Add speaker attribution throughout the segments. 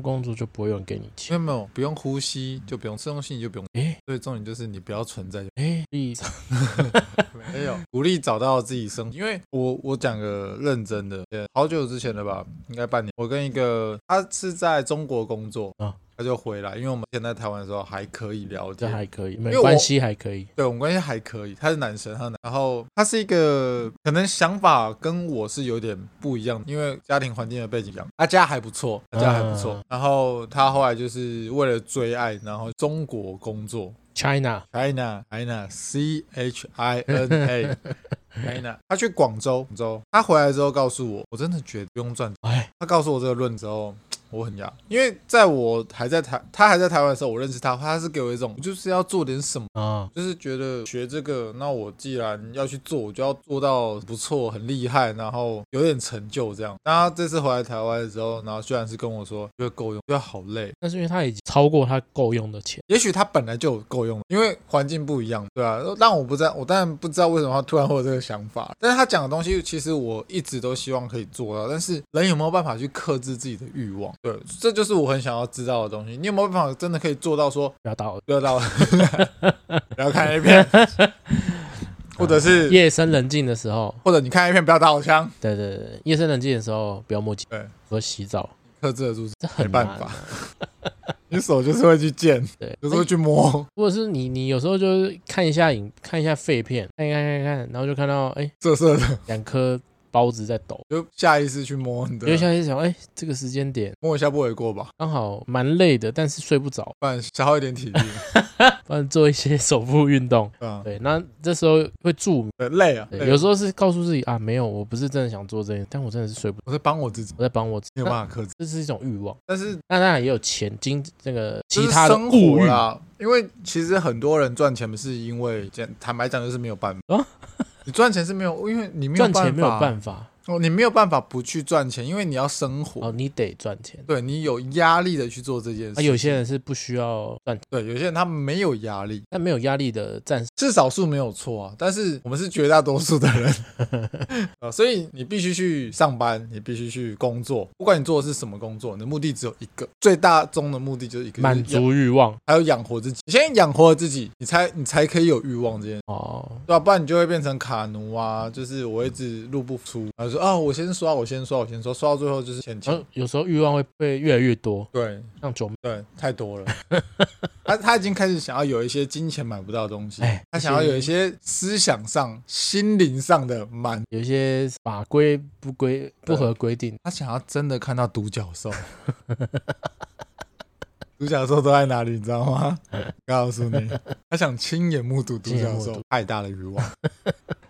Speaker 1: 工作就不会有人给你
Speaker 2: 没
Speaker 1: 钱。
Speaker 2: 有没有，不用呼吸就不用吃东西，你就不用。
Speaker 1: 诶
Speaker 2: 所以重点就是你不要存在就
Speaker 1: 诶，第
Speaker 2: 没有，鼓励找到自己生。因为我我讲个认真的，呃好久之前了吧，应该半年。我跟一个他是在中国工作，
Speaker 1: 啊
Speaker 2: 他就回来，因为我们现在台湾的时候还可以聊
Speaker 1: 这
Speaker 2: 天，
Speaker 1: 还可以，没
Speaker 2: 为我
Speaker 1: 关系，还可以。
Speaker 2: 对我们关系还可以。他是男生，他是男，然后他是一个可能想法跟我是有点不一样，因为家庭环境的背景一样。他家还不错，他家还不错。
Speaker 1: 嗯
Speaker 2: 然后他后来就是为了追爱，然后中国工作
Speaker 1: China，
Speaker 2: ，China China C H I N A。China，他去广州，广州，他回来之后告诉我，我真的觉得不用赚钱。
Speaker 1: 哎，
Speaker 2: 他告诉我这个论之后，我很讶，因为在我还在台，他还在台湾的时候，我认识他，他是给我一种我就是要做点什么。
Speaker 1: 啊，
Speaker 2: 就是觉得学这个，那我既然要去做，我就要做到不错、很厉害，然后有点成就这样。那他这次回来台湾的时候，然后居然是跟我说，觉得够用，觉得好累。
Speaker 1: 但是因为他已经超过他够用的钱，
Speaker 2: 也许他本来就有够用，因为环境不一样，对啊。让我不知道，我当然不知道为什么他突然会有这个想法。但是他讲的东西，其实我一直都希望可以做到，但是人有没有办法去克制自己的欲望？对，这就是我很想要知道的东西。你有没有办法真的可以做到说
Speaker 1: 不要打我。
Speaker 2: 不要到， 不要看 A 片，或者是
Speaker 1: 夜深人静的时候，
Speaker 2: 或者你看 A 片不要打火枪，
Speaker 1: 对对对，夜深人静的时候不要墨镜，
Speaker 2: 对，
Speaker 1: 说洗澡，
Speaker 2: 克制得住自己，
Speaker 1: 这很
Speaker 2: 没
Speaker 1: 难啊哎
Speaker 2: 办法。你手就是会去见，
Speaker 1: 对，
Speaker 2: 有时候去摸，
Speaker 1: 或者是你你有时候就是看一下影，看一下废片，看一看看一看，然后就看到哎
Speaker 2: 色色的，
Speaker 1: 两颗包子在抖，
Speaker 2: 就下意识去摸你
Speaker 1: 你就
Speaker 2: 的，
Speaker 1: 下去想哎这个时间点
Speaker 2: 摸一下不为过吧，
Speaker 1: 刚好蛮累的，但是睡不着，
Speaker 2: 不然消耗一点体力，
Speaker 1: 不然做一些手部运动。
Speaker 2: 对啊，
Speaker 1: 对，那这时候会助眠。
Speaker 2: 对累啊，
Speaker 1: 对，有时
Speaker 2: 候
Speaker 1: 候是告诉自己啊，没有，我不是真的想做这件事，但我真的是睡不着，
Speaker 2: 我在帮我自己，
Speaker 1: 我在帮我自己。
Speaker 2: 没有办法克制，
Speaker 1: 这是一种欲望，
Speaker 2: 但是
Speaker 1: 那当然也有钱经那个
Speaker 2: 就
Speaker 1: 其
Speaker 2: 是
Speaker 1: 他的
Speaker 2: 生
Speaker 1: 物
Speaker 2: 活
Speaker 1: 欲，
Speaker 2: 啦，因为其实很多人赚钱是因为简坦白讲就是没有办
Speaker 1: 啊
Speaker 2: 法，你赚钱是没有，因为你没有
Speaker 1: 赚
Speaker 2: 办法，
Speaker 1: 钱没有办法
Speaker 2: 哦，你没有办法不去赚钱，因为你要生活，
Speaker 1: 哦，你得赚钱。
Speaker 2: 对你有压力的去做这件事。
Speaker 1: 啊，有些人是不需要赚钱，
Speaker 2: 对有些人他们没有压力，
Speaker 1: 但没有压力的暂时
Speaker 2: 是少数没有错啊，但是我们是绝大多数的 人啊，所以你必须去上班，你必须去工作，不管你做的是什么工作，你的目的只有一个，最大宗的目的就是一个
Speaker 1: 满，
Speaker 2: 就是养
Speaker 1: 足欲望
Speaker 2: 还有养活自己。你先养活了自己，你才你才可以有欲望这件事，
Speaker 1: 哦，
Speaker 2: 对吧、啊不然你就会变成卡奴啊，就是我一直入不出，然后说啊，我先刷，我先刷，我先刷，刷到最后就是钱
Speaker 1: 然
Speaker 2: 钱。
Speaker 1: 后有时候欲望会会越来越多，
Speaker 2: 对，
Speaker 1: 像九妹，
Speaker 2: 对，太多了。 他他已经开始想要有一些金钱买不到的东西，
Speaker 1: 哎
Speaker 2: 他想要有一些思想上、心灵上的满，
Speaker 1: 有一些法规不规不合规定，
Speaker 2: 他想要真的看到独角兽。 独角兽都在哪里，你知道吗？告诉你，他想亲眼目睹独
Speaker 1: 亲眼
Speaker 2: 角
Speaker 1: 目
Speaker 2: 兽
Speaker 1: 睹，
Speaker 2: 太大的欲望，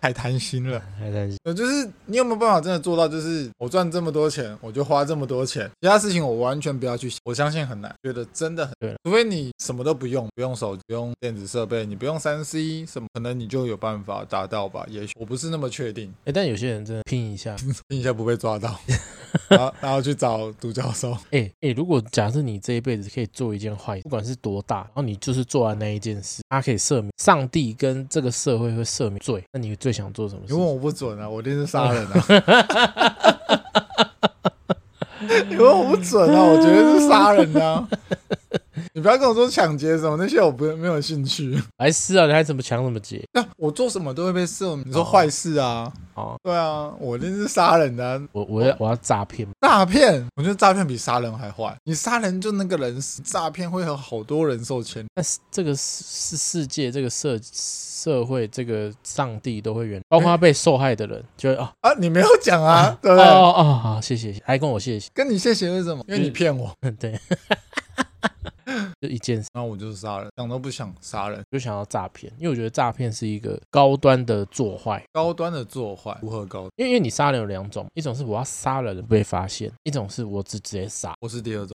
Speaker 2: 太贪心了。
Speaker 1: 还担心
Speaker 2: 呃，就是你有没有办法真的做到？就是我赚这么多钱，我就花这么多钱，其他事情我完全不要去想。我相信很难，觉得真的很
Speaker 1: 对了，
Speaker 2: 除非你什么都不用，不用手机，不用电子设备，你不用三 C 什么，可能你就有办法达到吧。也许我不是那么确定，
Speaker 1: 哎，但有些人真的拼一下，
Speaker 2: 拼一下不被抓到，然后然后去找独角兽。
Speaker 1: 哎哎，如果假设你这一辈子可以做一件坏事，不管是多大，然后你就是做完那一件事，他可以赦免，上帝跟这个社会会赦免罪，那你最想做什么
Speaker 2: 你
Speaker 1: 事
Speaker 2: 问
Speaker 1: 情？
Speaker 2: 我不准啊，我一定是杀人啊。 你问我不准啊，我觉得是杀人啊。你不要跟我说抢劫什么那些，我不没有兴趣。
Speaker 1: 白痴啊，你还怎么抢怎么劫
Speaker 2: 那我做什么都会被射，你说坏事啊？
Speaker 1: 哦，
Speaker 2: 对啊，我一定是杀人的啊、
Speaker 1: 我我要我要诈骗，
Speaker 2: 诈骗，我觉得诈骗比杀人还坏。你杀人就那个人死，诈骗会有好多人受牵连。
Speaker 1: 但是这个世世世界、这个社社会、这个上帝都会原谅，包括被受害的人，就会哦
Speaker 2: 啊！你没有 讲啊，对
Speaker 1: 哦
Speaker 2: 不对？
Speaker 1: 哦哦，好，谢谢，还跟我谢 谢，
Speaker 2: 跟你谢谢是什么？因为你骗我，
Speaker 1: 嗯，对， 就一件事
Speaker 2: 然后我就是杀人，想都不想杀人，
Speaker 1: 就想要诈骗，因为我觉得诈骗是一个高端的做坏，
Speaker 2: 高端的做坏，如何高？
Speaker 1: 因为因为你杀人有两种，一种是我要杀人不被发现，一种是我直直接杀，
Speaker 2: 我是第二种，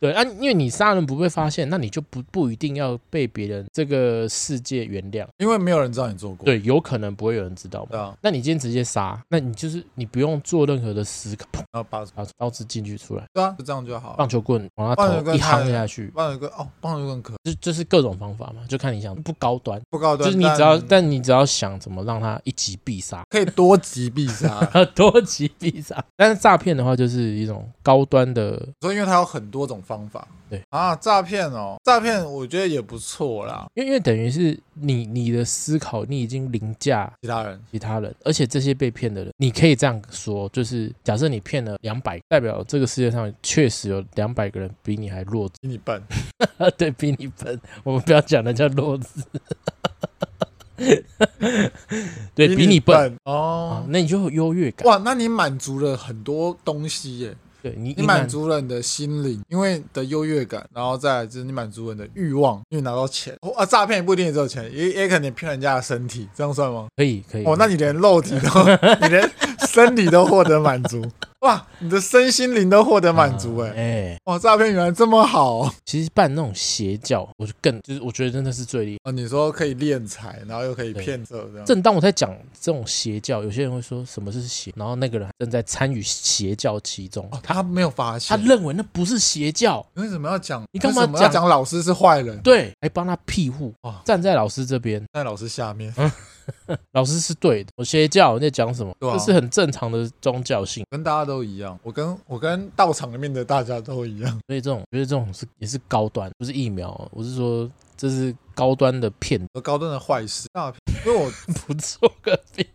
Speaker 1: 对啊，因为你杀人不被发现，那你就不不一定要被别人这个世界原谅，
Speaker 2: 因为没有人知道你做过。
Speaker 1: 对，有可能不会有人知道嘛。
Speaker 2: 对啊，
Speaker 1: 那你今天直接杀，那你就是你不用做任何的思考，砰
Speaker 2: 然后把
Speaker 1: 把刀子进去出来，
Speaker 2: 对啊，就这样就好了
Speaker 1: 棒。球棍往
Speaker 2: 棒
Speaker 1: 他
Speaker 2: 球
Speaker 1: 头
Speaker 2: 棍
Speaker 1: 一
Speaker 2: 太
Speaker 1: 夯下去，
Speaker 2: 棒球棍哦，棒球棍可
Speaker 1: 就就是各种方法嘛，就看你想不高端，
Speaker 2: 不高
Speaker 1: 就
Speaker 2: 端，
Speaker 1: 是你只要，
Speaker 2: 但
Speaker 1: 但你只要想怎么让他一击必杀，
Speaker 2: 可以多击必杀。
Speaker 1: 多击必杀。但是诈骗的话，就是一种高端的，
Speaker 2: 所以因为它有很很多种方法。
Speaker 1: 对
Speaker 2: 啊，诈骗哦，诈骗我觉得也不错啦。
Speaker 1: 因为因为等于是你你的思考，你已经凌驾
Speaker 2: 其他人
Speaker 1: 其他人，而且这些被骗的人，你可以这样说，就是假设你骗了两百，代表这个世界上确实有两百个人比你还弱智，
Speaker 2: 比你笨，
Speaker 1: 对比你笨。我们不要讲人家弱智，对比你笨啊
Speaker 2: 哦，。
Speaker 1: 那你就有优越感。
Speaker 2: 哇，那你满足了很多东西耶，
Speaker 1: 对你
Speaker 2: 你满足了你的心灵，因为你的优越感，然后再来就是你满足了你的欲望，因为拿到钱。哦、啊，诈骗也不一定只有钱，也也可能骗人家的身体，这样算吗？
Speaker 1: 可以可以
Speaker 2: 哦，那你连肉体都，你连生理都获得满足，哇，你的身心灵都获得满 足
Speaker 1: 啊
Speaker 2: 哎。
Speaker 1: 哎。
Speaker 2: 哇，诈骗原来这么好哦！
Speaker 1: 其实办那种邪教，我就更就是我觉得真的是最厉害。
Speaker 2: 哦你说可以敛财，然后又可以骗色，这样
Speaker 1: 正当我在讲这种邪教，有些人会说什么是邪，然后那个人正在参与邪教其中，
Speaker 2: 哦，他没有发
Speaker 1: 他
Speaker 2: 现，
Speaker 1: 认为那不是邪教，
Speaker 2: 你为什么要讲？
Speaker 1: 你干嘛
Speaker 2: 为什么要
Speaker 1: 讲
Speaker 2: 讲老师是坏人？
Speaker 1: 对，还帮他庇护
Speaker 2: 哇，
Speaker 1: 站在老师这边，
Speaker 2: 在老师下面，
Speaker 1: 老师是对的，我邪教你在讲什么？
Speaker 2: 对啊
Speaker 1: 这是很正常的宗教性，
Speaker 2: 跟大家都一样，我跟我跟道场里面的大家都一样，
Speaker 1: 所以这种我觉得这种是也是高端，不是疫苗，哦我是说这是高端的骗，
Speaker 2: 有高端的坏事。诈骗，因为我
Speaker 1: 不做个屁。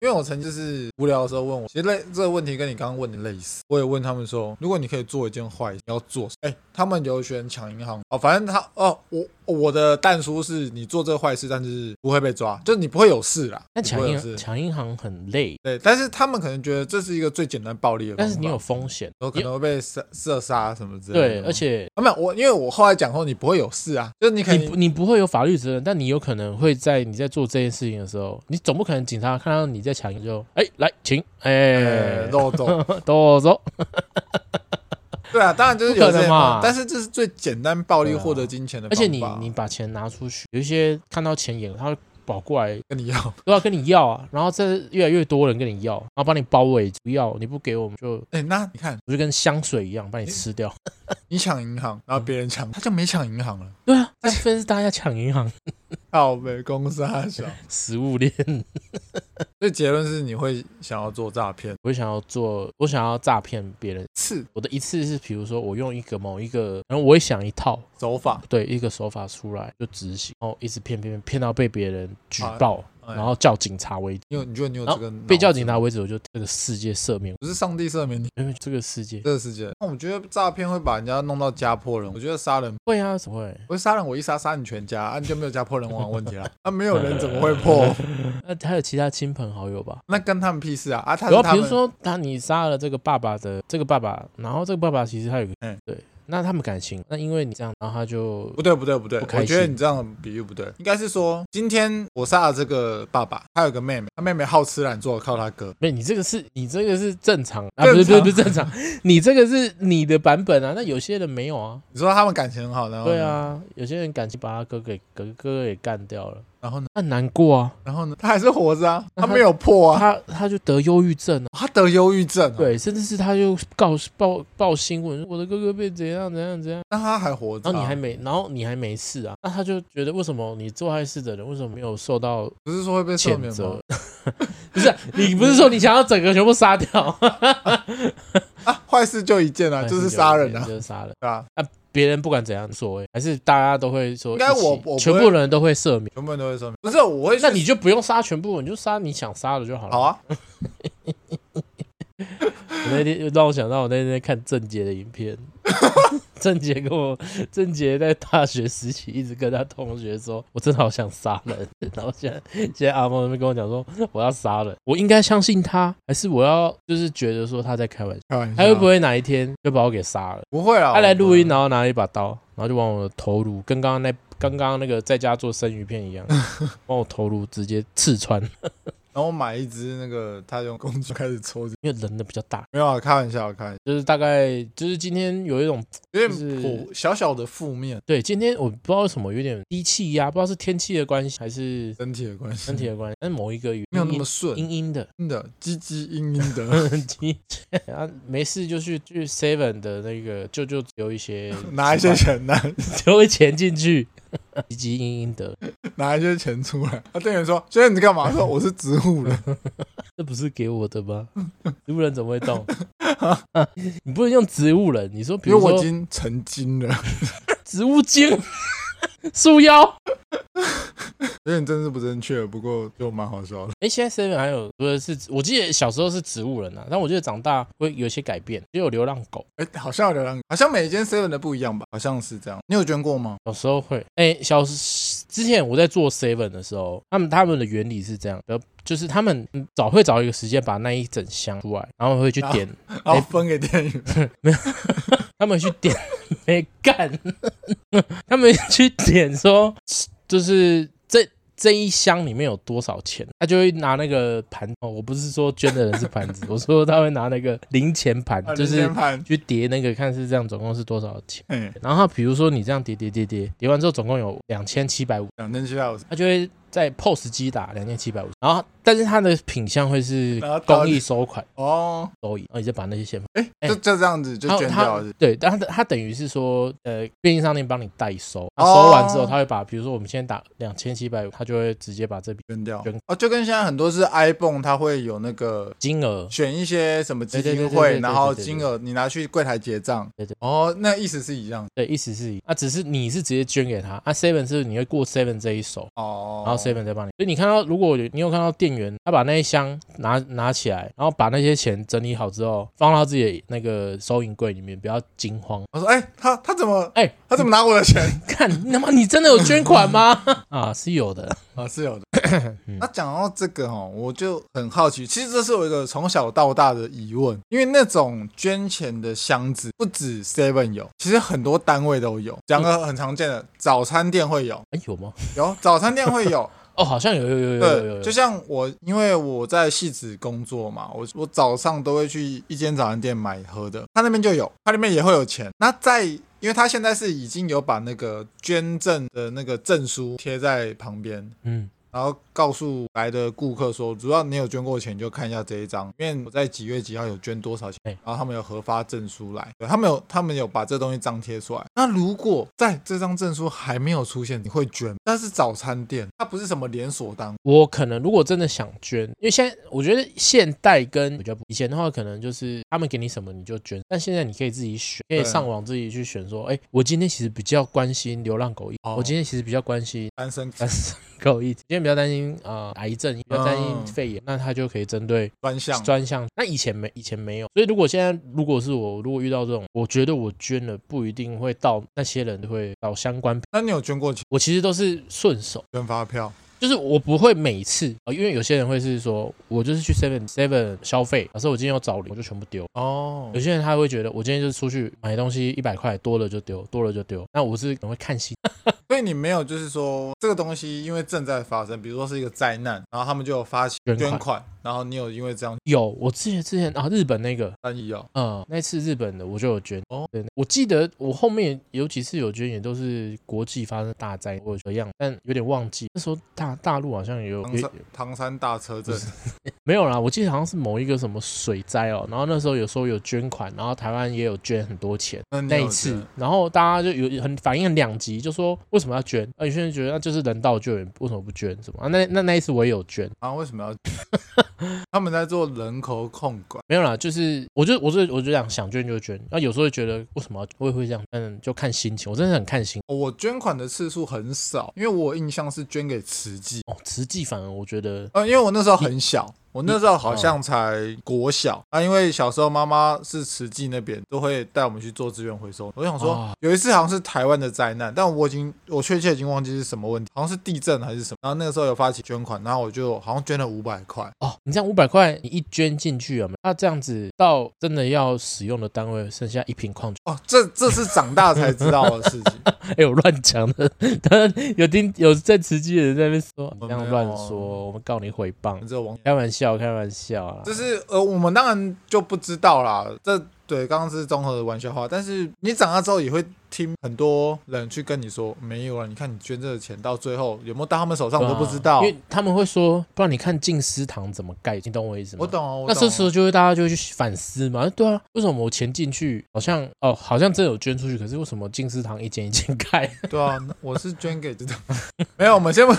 Speaker 2: 因为我曾经就是无聊的时候问我，其实类这个问题跟你刚刚问的类似，我也问他们说，如果你可以做一件坏事，你要做什么？哎，他们有选抢银行哦，反正他哦，我我的蛋叔是你做这个坏事，但是不会被抓，就是你不会有事啦。
Speaker 1: 但抢
Speaker 2: 你
Speaker 1: 银
Speaker 2: 不会有事
Speaker 1: 抢银行很累，
Speaker 2: 对，但是他们可能觉得这是一个最简单暴力的方法，
Speaker 1: 但是你有风险，
Speaker 2: 有可能会被射射杀什么之类的。
Speaker 1: 对，而且
Speaker 2: 啊没有我，因为我后来讲后，你不会有事啊，就是你肯
Speaker 1: 你
Speaker 2: 定
Speaker 1: 不你不会有法律责任，但你有可能会在你在做这件事情的时候，你总不可能警察看到你在抢就哎、来请哎
Speaker 2: 呃漏洞。
Speaker 1: 都走，
Speaker 2: 对啊，当然就是有
Speaker 1: 不可
Speaker 2: 这
Speaker 1: 能嘛
Speaker 2: 但是这是最简单暴力
Speaker 1: 对啊
Speaker 2: 获得金钱的
Speaker 1: 而
Speaker 2: 方法。
Speaker 1: 且你你把钱拿出去，有一些看到钱眼他会跑过来
Speaker 2: 跟你要，
Speaker 1: 都要跟你要啊，然后这越来越多人跟你要，然后把你包围，不要你不给我们就
Speaker 2: 哎、那你看
Speaker 1: 我就跟香水一样把你吃掉。
Speaker 2: 你抢银行，然后别人抢，他就没抢银行了。
Speaker 1: 对啊，那分是大家抢银行
Speaker 2: 靠北公司还小，
Speaker 1: 食物链，
Speaker 2: 所以结论是你会想要做诈骗，
Speaker 1: 我想要做，我想要诈骗别人。
Speaker 2: 次
Speaker 1: 我的一次是，比如说我用一个某一个，然后我也想一套，
Speaker 2: 手法，
Speaker 1: 对一个手法出来就执行，然后一直骗骗骗骗到被别人举
Speaker 2: 啊
Speaker 1: 报，
Speaker 2: 哎
Speaker 1: 然后叫警察为止，
Speaker 2: 你有你觉得你有
Speaker 1: 然
Speaker 2: 这
Speaker 1: 后
Speaker 2: 个脑子
Speaker 1: 被叫警察为止，我就这个世界赦免，
Speaker 2: 不是上帝赦免你
Speaker 1: 因为这个世界
Speaker 2: 这个世界。那我觉得诈骗会把人家弄到家破人，我觉得杀人
Speaker 1: 会啊，怎么会？
Speaker 2: 我杀人，我一杀杀你全家，啊，你就没有家破人亡的问题了。啊，没有人怎么会破？
Speaker 1: 嗯那还有其他亲朋好友吧？
Speaker 2: 那跟他们屁事啊！啊，他
Speaker 1: 然
Speaker 2: 是
Speaker 1: 后
Speaker 2: 他
Speaker 1: 比
Speaker 2: 们，
Speaker 1: 如说他你杀了这个爸爸的这个爸爸，然后这个爸爸其实他有个、
Speaker 2: 嗯
Speaker 1: 对，那他们感情，那因为你这样，然后他就
Speaker 2: 不对不对不对，
Speaker 1: 不开心
Speaker 2: 我觉得你这样的比喻不对，应该是说今天我杀了这个爸爸，他有个妹妹，他妹妹好吃懒做，靠他哥。
Speaker 1: 没你这个是你这个是正常啊，不是不是不是正常，你这个是你的版本啊，那有些人没有啊，
Speaker 2: 你说他们感情很好，然后呢
Speaker 1: 对，啊，有些人感情把他哥给哥哥给干掉了，
Speaker 2: 然后呢，
Speaker 1: 那很难过啊，
Speaker 2: 然后呢，他还是活着啊，
Speaker 1: 那
Speaker 2: 他
Speaker 1: 他
Speaker 2: 没有 破啊，
Speaker 1: 他他就得忧郁症啊，
Speaker 2: 他得忧郁症、，啊
Speaker 1: 对，甚至是他就告报报新闻，我的哥哥被怎样怎样怎样。
Speaker 2: 那他还活着、
Speaker 1: 然
Speaker 2: 啊，
Speaker 1: 后你还没，然后你还没事啊？那他就觉得为什么你做坏事的人为什么没有受到
Speaker 2: 不是说会被赦
Speaker 1: 谴
Speaker 2: 免吗
Speaker 1: 责？？ 不是啊你不是说你想要整个全部杀掉？
Speaker 2: 啊，坏事就一件 啊， 就是杀人啊，
Speaker 1: 就是杀人。
Speaker 2: 对啊，
Speaker 1: 别人不管怎样所谓，还是大家都会说一
Speaker 2: 应
Speaker 1: 起，
Speaker 2: 该我我不会
Speaker 1: 全部人都会赦免。
Speaker 2: 全部人都会赦免。不是，我会去
Speaker 1: 那你就不用杀全部，你就杀你想杀的就好了。
Speaker 2: 好啊，
Speaker 1: 我那天让我想到我那天看郑杰的影片，郑杰跟我，郑杰在大学时期一直跟他同学说，我真的好想杀人，然后现在现在阿猫那边跟我讲说我要杀人，我应该相信他，还是我要就是觉得说他在开玩笑，
Speaker 2: 开玩笑，
Speaker 1: 他会不会哪一天就把我给杀了？
Speaker 2: 不会啊？
Speaker 1: 他来
Speaker 2: 我不
Speaker 1: 录
Speaker 2: 会
Speaker 1: 音，然后拿一把刀，然后就往我的头颅，跟刚刚那刚刚那个在家做生鱼片一样，往我头颅直接刺穿，
Speaker 2: 然后我买一只那个，他用工具开始抽，
Speaker 1: 因为人的比较大，
Speaker 2: 没有啊，开玩笑，开玩笑，
Speaker 1: 就是大概就是今天有一种
Speaker 2: 有
Speaker 1: 就是
Speaker 2: 点普小小的负面
Speaker 1: 对，今天我不知道为什么有点低气压，不知道是天气的关系还是
Speaker 2: 身体的关系，
Speaker 1: 身体的关系，但是某一个雨
Speaker 2: 没有那么顺，
Speaker 1: 嗯阴阴的，
Speaker 2: 阴的，唧唧阴阴的，
Speaker 1: 然后啊没事就去去 Seven 的那个，就就留一些
Speaker 2: 拿一些钱拿
Speaker 1: 留一钱进去，积极阴阴的，嗯
Speaker 2: 拿一些钱出来。啊，店员说：“先生你干嘛？”说：“我是植物人。”
Speaker 1: 这不是给我的吗？植物人怎么会动？ 你不能用植物人，你说比
Speaker 2: 因为
Speaker 1: 如
Speaker 2: 我已
Speaker 1: 说
Speaker 2: 经成精了，
Speaker 1: 植物精、树妖。
Speaker 2: 有点政治不正确，不过就蛮好笑的。
Speaker 1: 哎、现在 Seven 还有不是是，我记得小时候是植物人啊，但我觉得长大会有一些改变，也有流浪狗，
Speaker 2: 哎、好像有流浪，好像每一间 seven 的不一样吧？好像是这样。你有捐过吗？
Speaker 1: 有时候会。哎、小时之前我在做 Seven 的时候，他们他们的原理是这样的，就是他们嗯找会找一个时间把那一整箱出来，然后会去
Speaker 2: 啊
Speaker 1: 点，
Speaker 2: 然后哦分给店员，
Speaker 1: 他们去点没干， 他们去点说就是这。这一箱里面有多少钱？他就会拿那个盘哦，我不是说捐的人是盘子，我说他会拿那个零钱盘，
Speaker 2: 啊
Speaker 1: 就是
Speaker 2: 零钱 盘。
Speaker 1: 去叠那个，看是这样总共是多少钱。
Speaker 2: 哎，
Speaker 1: 然后比如说你这样叠叠叠叠叠完之后，总共有两千七百五，
Speaker 2: 两千七百五十，
Speaker 1: 他就会在 POS 机打两千七百五，然后但是它的品相会是
Speaker 2: 然后到
Speaker 1: 公益收款
Speaker 2: 哦，
Speaker 1: 收益，然后你再把那些钱
Speaker 2: 哎、
Speaker 1: 哎
Speaker 2: 就就这样子就
Speaker 1: 他
Speaker 2: 捐掉
Speaker 1: 他
Speaker 2: 了。
Speaker 1: 对，但他他等于是说，呃，便利商店帮你代收，他
Speaker 2: 哦
Speaker 1: 收完之后他会把，比如说我们现在打两千七百五，他就会直接把这笔
Speaker 2: 捐掉
Speaker 1: 捐
Speaker 2: 哦，就跟现在很多是 iPhone，它会有那个
Speaker 1: 金额
Speaker 2: 选一些什么
Speaker 1: 对对
Speaker 2: 基
Speaker 1: 对
Speaker 2: 金
Speaker 1: 对对对
Speaker 2: 会，
Speaker 1: 对
Speaker 2: 然后
Speaker 1: 对对
Speaker 2: 金额你拿去柜台结账
Speaker 1: 对对。
Speaker 2: 哦，那意思是一样
Speaker 1: 对，意思是一啊，只是你是直接捐给他，啊，seven 是你会过 seven 这一手，
Speaker 2: 哦。
Speaker 1: 然后 seven 再帮你。所以你看到，如果有你有看到店员，他把那一箱拿拿起来，然后把那些钱整理好之后，放到自己的那个收银柜里面，不要惊慌。
Speaker 2: 我说，哎、他他怎么
Speaker 1: 哎，
Speaker 2: 他怎么拿我的 钱
Speaker 1: 看，那么你真的有捐款吗？ 啊，是有的。
Speaker 2: 啊？是有的。
Speaker 1: 嗯
Speaker 2: 那讲到这个哦，我就很好奇，其实这是我一个从小到大的疑问，因为那种捐钱的箱子不止 Seven 有，其实很多单位都有。讲个很常见的，早餐店会有，
Speaker 1: 哎，有吗？
Speaker 2: 有早餐店会有，
Speaker 1: 哦，好像有有有有有有
Speaker 2: 对，
Speaker 1: 有。
Speaker 2: 就像我，因为我在戏子工作嘛，我我早上都会去一间早餐店买喝的，他那边就有，他那边也会有钱。那在因为他现在是已经有把那个捐赠的那个证书贴在旁边，
Speaker 1: 嗯，
Speaker 2: 然后告诉来的顾客说，主要你有捐过钱，就看一下这一张，因为我在几月几号有捐多少钱
Speaker 1: 哎，
Speaker 2: 然后他们有核发证书来，对他们有他们有把这东西张贴出来。那如果在这张证书还没有出现，你会捐？但是早餐店它不是什么连锁单位，
Speaker 1: 我可能如果真的想捐，因为现在我觉得现代跟比较不以前的话，可能就是他们给你什么你就捐，但现在你可以自己选，可以
Speaker 2: 对啊
Speaker 1: 上网自己去选，说，哎，我今天其实比较关心流浪狗，
Speaker 2: 哦
Speaker 1: 我今天其实比较关心呃
Speaker 2: 单身
Speaker 1: 但是够一，因为比较担心啊、呃癌症，比较担心
Speaker 2: 嗯
Speaker 1: 肺炎，那他就可以针对
Speaker 2: 专项
Speaker 1: 专项。那以前没，以前没有，所以如果现在如果是我，如果遇到这种，我觉得我捐了不一定会到那些人会到相关，
Speaker 2: 那你有捐过钱
Speaker 1: 我其实都是顺手。
Speaker 2: 捐发票？
Speaker 1: 就是我不会每次啊，因为有些人会是说，我就是去 Seven Seven 消费，假设我今天有找零，我就全部丢。
Speaker 2: 哦
Speaker 1: 有，些人他会觉得，我今天就是出去买东西一百块，多了就丢，多了就丢。那我是可能会看心，
Speaker 2: 所以你没有就是说这个东西因为正在发生，比如说是一个灾难，然后他们就有发起
Speaker 1: 捐款
Speaker 2: 捐款，然后你有因为这样
Speaker 1: 有，我之前之前啊，日本那个
Speaker 2: 翻译哦，
Speaker 1: 嗯，那次日本的我就有捐
Speaker 2: 哦
Speaker 1: 对，我记得我后面有几次有捐，也都是国际发生大灾，我有一样，但有点忘记。那时候大大陆好像也有
Speaker 2: 唐
Speaker 1: 也
Speaker 2: 山唐山大车震，
Speaker 1: 没有啦，我记得好像是某一个什么水灾哦，然后那时候有说有捐款，然后台湾也有捐很多钱。
Speaker 2: 那你
Speaker 1: 那
Speaker 2: 有
Speaker 1: 一次，然后大家就有很反应很两极，就说为什么要捐？啊，有些人觉得那就是人道救援，为什么不捐？什么啊？那那那一次我也有捐，
Speaker 2: 啊，为什么要？ 他们在做人口控管，
Speaker 1: 没有啦，就是我就我就我就想想捐就捐，那有时候会觉得为什么要我也会这样，嗯，就看心情，我真的很看心情
Speaker 2: 哦我捐款的次数很少，因为我印象是捐给慈济，
Speaker 1: 哦，慈济反而我觉得
Speaker 2: 呃，因为我那时候很小，我那时候好像才国小啊，因为小时候妈妈是慈济那边都会带我们去做资源回收。我想说
Speaker 1: 啊，
Speaker 2: 有一次好像是台湾的灾难，但我已经我确切已经忘记是什么问题，好像是地震还是什么。然后那个时候有发起捐款，然后我就好像捐了五百块，
Speaker 1: 哦，你这样五百块你一捐进去有没有？那这样子到真的要使用的单位剩下一瓶矿泉
Speaker 2: 哦，这这是长大才知道的事情。
Speaker 1: 水。 哎，我乱讲的，当然有听有在慈济的人在那边说你这样
Speaker 2: 没有
Speaker 1: 乱
Speaker 2: 啊嗯
Speaker 1: 说，我们告你诽谤，
Speaker 2: 这王，
Speaker 1: 开玩笑，开玩笑啊啦。
Speaker 2: 就是呃，我们当然就不知道啦，这。对，刚刚是综合的玩笑话，但是你长大之后也会听很多人去跟你说没有了，啊你看你捐这个钱到最后有没有到他们手上，我都不知道
Speaker 1: 啊因。为他们会说，不然你看进食堂怎么盖，你懂我意思吗？
Speaker 2: 我懂啊，我
Speaker 1: 那
Speaker 2: 懂
Speaker 1: 这
Speaker 2: 啊
Speaker 1: 时候就会大家就会去反思嘛，对啊，为什么我钱进去好像哦，好像真的有捐出去，可是为什么进食堂一间一间 盖？
Speaker 2: 对啊，那我是捐给这种， 没有，我们先不，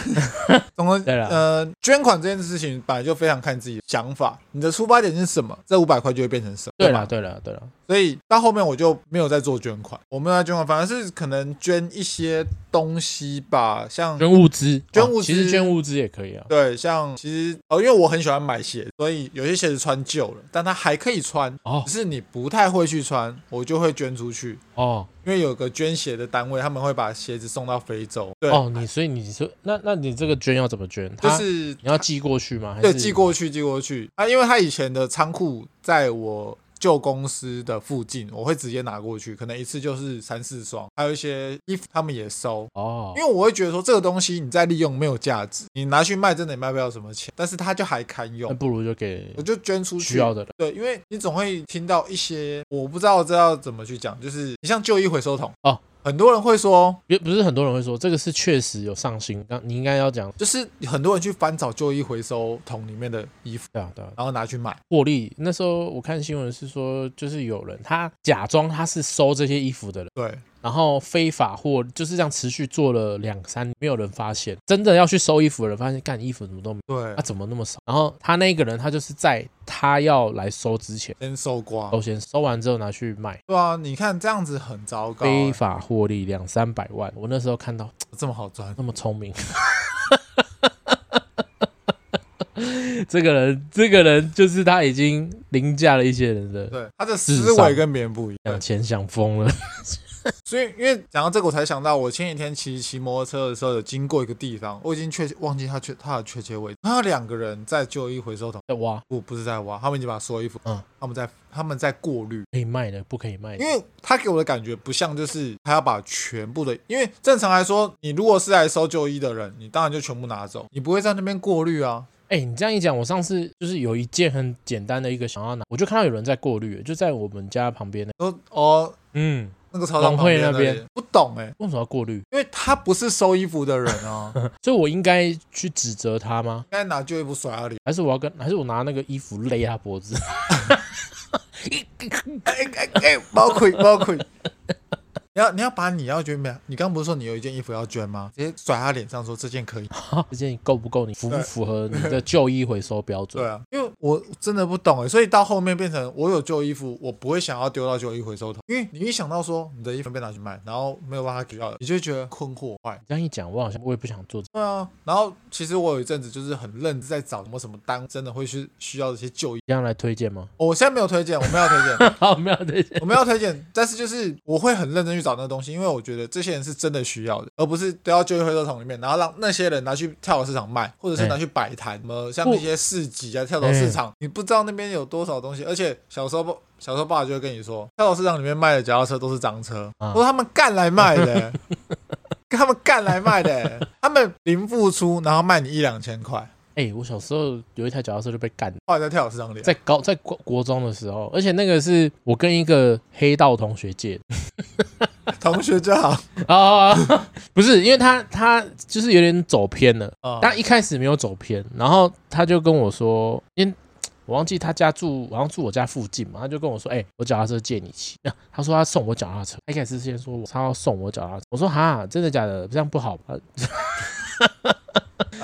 Speaker 2: 总 之，
Speaker 1: 对啦
Speaker 2: 呃，捐款这件事情本来就非常看自己的想法，你的出发点是什么，这五百块就会变成什么，
Speaker 1: 对
Speaker 2: 吧
Speaker 1: 啦，？对啦，对啦，
Speaker 2: 所以到后面我就没有再做捐款，我没有在捐款，反而是可能捐一些东西吧，像
Speaker 1: 捐物资，
Speaker 2: 捐物资
Speaker 1: 哦其实捐物资也可以啊。
Speaker 2: 对，像其实哦，因为我很喜欢买鞋，所以有些鞋子穿旧了，但它还可以穿，
Speaker 1: 哦
Speaker 2: 只是你不太会去穿，我就会捐出去。
Speaker 1: 哦
Speaker 2: 因为有个捐鞋的单位，他们会把鞋子送到非洲，对，
Speaker 1: 哦，你所以你说那那你这个捐要怎么捐？
Speaker 2: 就
Speaker 1: 他
Speaker 2: 是
Speaker 1: 你要寄过去吗？还
Speaker 2: 对
Speaker 1: 是
Speaker 2: 寄过去寄过去啊，因为他以前的仓库在我旧公司的附近，我会直接拿过去，可能一次就是三四双，还有一些衣服他们也收，
Speaker 1: 哦
Speaker 2: 因为我会觉得说这个东西你再利用没有价值，你拿去卖真的也卖不了什么钱，但是它就还堪
Speaker 1: 那
Speaker 2: 用，
Speaker 1: 不如就给
Speaker 2: 我就捐出去。
Speaker 1: 需要的人。
Speaker 2: 对，因为你总会听到一些我不知道知道怎么去讲，就是你像旧衣回收桶
Speaker 1: 哦，
Speaker 2: 很多人会说，
Speaker 1: 不不是很多人会说这个是确实有上心，刚你应该要讲
Speaker 2: 就是很多人去翻找旧衣回收桶里面的衣服，
Speaker 1: 对啊对啊，
Speaker 2: 然后拿去卖。
Speaker 1: 获利。那时候我看新闻是说，就是有人他假装他是收这些衣服的人，
Speaker 2: 对，
Speaker 1: 然后非法获就是这样持续做了两三年，没有人发现，真的要去收衣服的人发现，干衣服怎么都没，
Speaker 2: 对
Speaker 1: 啊，怎么那么少？然后他那个人他就是在他要来收之前。
Speaker 2: 先收刮。
Speaker 1: 收先收完之后拿去卖，
Speaker 2: 对啊，你看这样子很糟糕、
Speaker 1: 非
Speaker 2: 欸，
Speaker 1: 法获利两三百万。我那时候看到
Speaker 2: 这么好赚，
Speaker 1: 那么聪明。 这个人，这个人就是他已经凌驾了一些人的
Speaker 2: 对，他的
Speaker 1: 智
Speaker 2: 思维
Speaker 1: 商
Speaker 2: 跟别人不一样
Speaker 1: 想。钱想疯了。
Speaker 2: 所以，因为讲到这个，我才想到，我前几天骑骑摩托车的时候，有经过一个地方，我已经确忘记他确他的确切位置。他有两个人在旧衣回收桶，
Speaker 1: 在挖
Speaker 2: 不不是在挖，他们已经把所有衣服，
Speaker 1: 嗯，
Speaker 2: 他们在他们在过滤，
Speaker 1: 可以卖的，不可以卖的
Speaker 2: 因。为他给我的感觉不像就是他要把全部的，因为正常来说，你如果是来收旧衣的人，你当然就全部拿走，你不会在那边过滤啊。
Speaker 1: 哎、你这样一讲，我上次就是有一件很简单的一个想要拿，我就看到有人在过滤，就在我们家旁边的。
Speaker 2: 说哦，
Speaker 1: 嗯，
Speaker 2: 那个操场
Speaker 1: 农
Speaker 2: 旁
Speaker 1: 会
Speaker 2: 边
Speaker 1: 那
Speaker 2: 而已
Speaker 1: 边
Speaker 2: 不懂哎、
Speaker 1: 为什么要过滤？
Speaker 2: 因为他不是收衣服的人啊， 应
Speaker 1: 所以我应该去指责他吗？
Speaker 2: 该拿旧衣服甩他脸。
Speaker 1: 还是我要跟？还是我拿那个衣服勒他脖子？
Speaker 2: 哎哎哎，包亏包亏。你要你要把你要捐没有？你刚不是说你有一件衣服要捐吗？直接甩他脸上说这件可以。
Speaker 1: 这件够不够你符不符合你的旧衣回收标准
Speaker 2: 对？啊，因为我真的不懂哎，所以到后面变成我有旧衣服，我不会想要丢到旧衣回收桶，因为你一想到说你的衣服被拿去卖，然后没有办法给到人，你就会觉得困惑坏。
Speaker 1: 这样一讲，我好像我也不想做这。
Speaker 2: 对啊，然后其实我有一阵子就是很认真在找什么什么单，真的会去需要这些旧衣。哦
Speaker 1: 这样来推荐吗？
Speaker 2: 我现在没有推荐，我没有推荐，
Speaker 1: 好，没有推荐。
Speaker 2: 我没有推荐，但是就是我会很认真去找那个东西，因为我觉得这些人是真的需要的，而不是丢到旧衣回收桶里面，然后让那些人拿去跳蚤市场卖，或者
Speaker 1: 哎
Speaker 2: 是拿去摆摊，什么像那些市集啊、跳蚤市场，你不知道那边有多少东西。而且小时候爸小时候爸爸就会跟你说，跳蚤市场里面卖的脚踏车都是脏车，
Speaker 1: 啊
Speaker 2: 都是他们干来卖的、他们干来卖的、他们零付出，然后卖你一两千块，
Speaker 1: 哎、我小时候有一台脚踏车就被干了，
Speaker 2: 后来在跳蚤市场里，
Speaker 1: 在高在国国中的时候，而且那个是我跟一个黑道同学借的。
Speaker 2: 同学就好
Speaker 1: 啊、 不是，因为他他就是有点走偏了，
Speaker 2: 啊，
Speaker 1: 他一开始没有走偏，然后他就跟我说，因为我忘记他家住，好像住我家附近嘛，他就跟我说，哎、我脚踏车借你骑。那他说他送我脚踏车，他一开始先说他要送我脚踏车，我说哈，真的假的？这样不好吧？
Speaker 2: 啊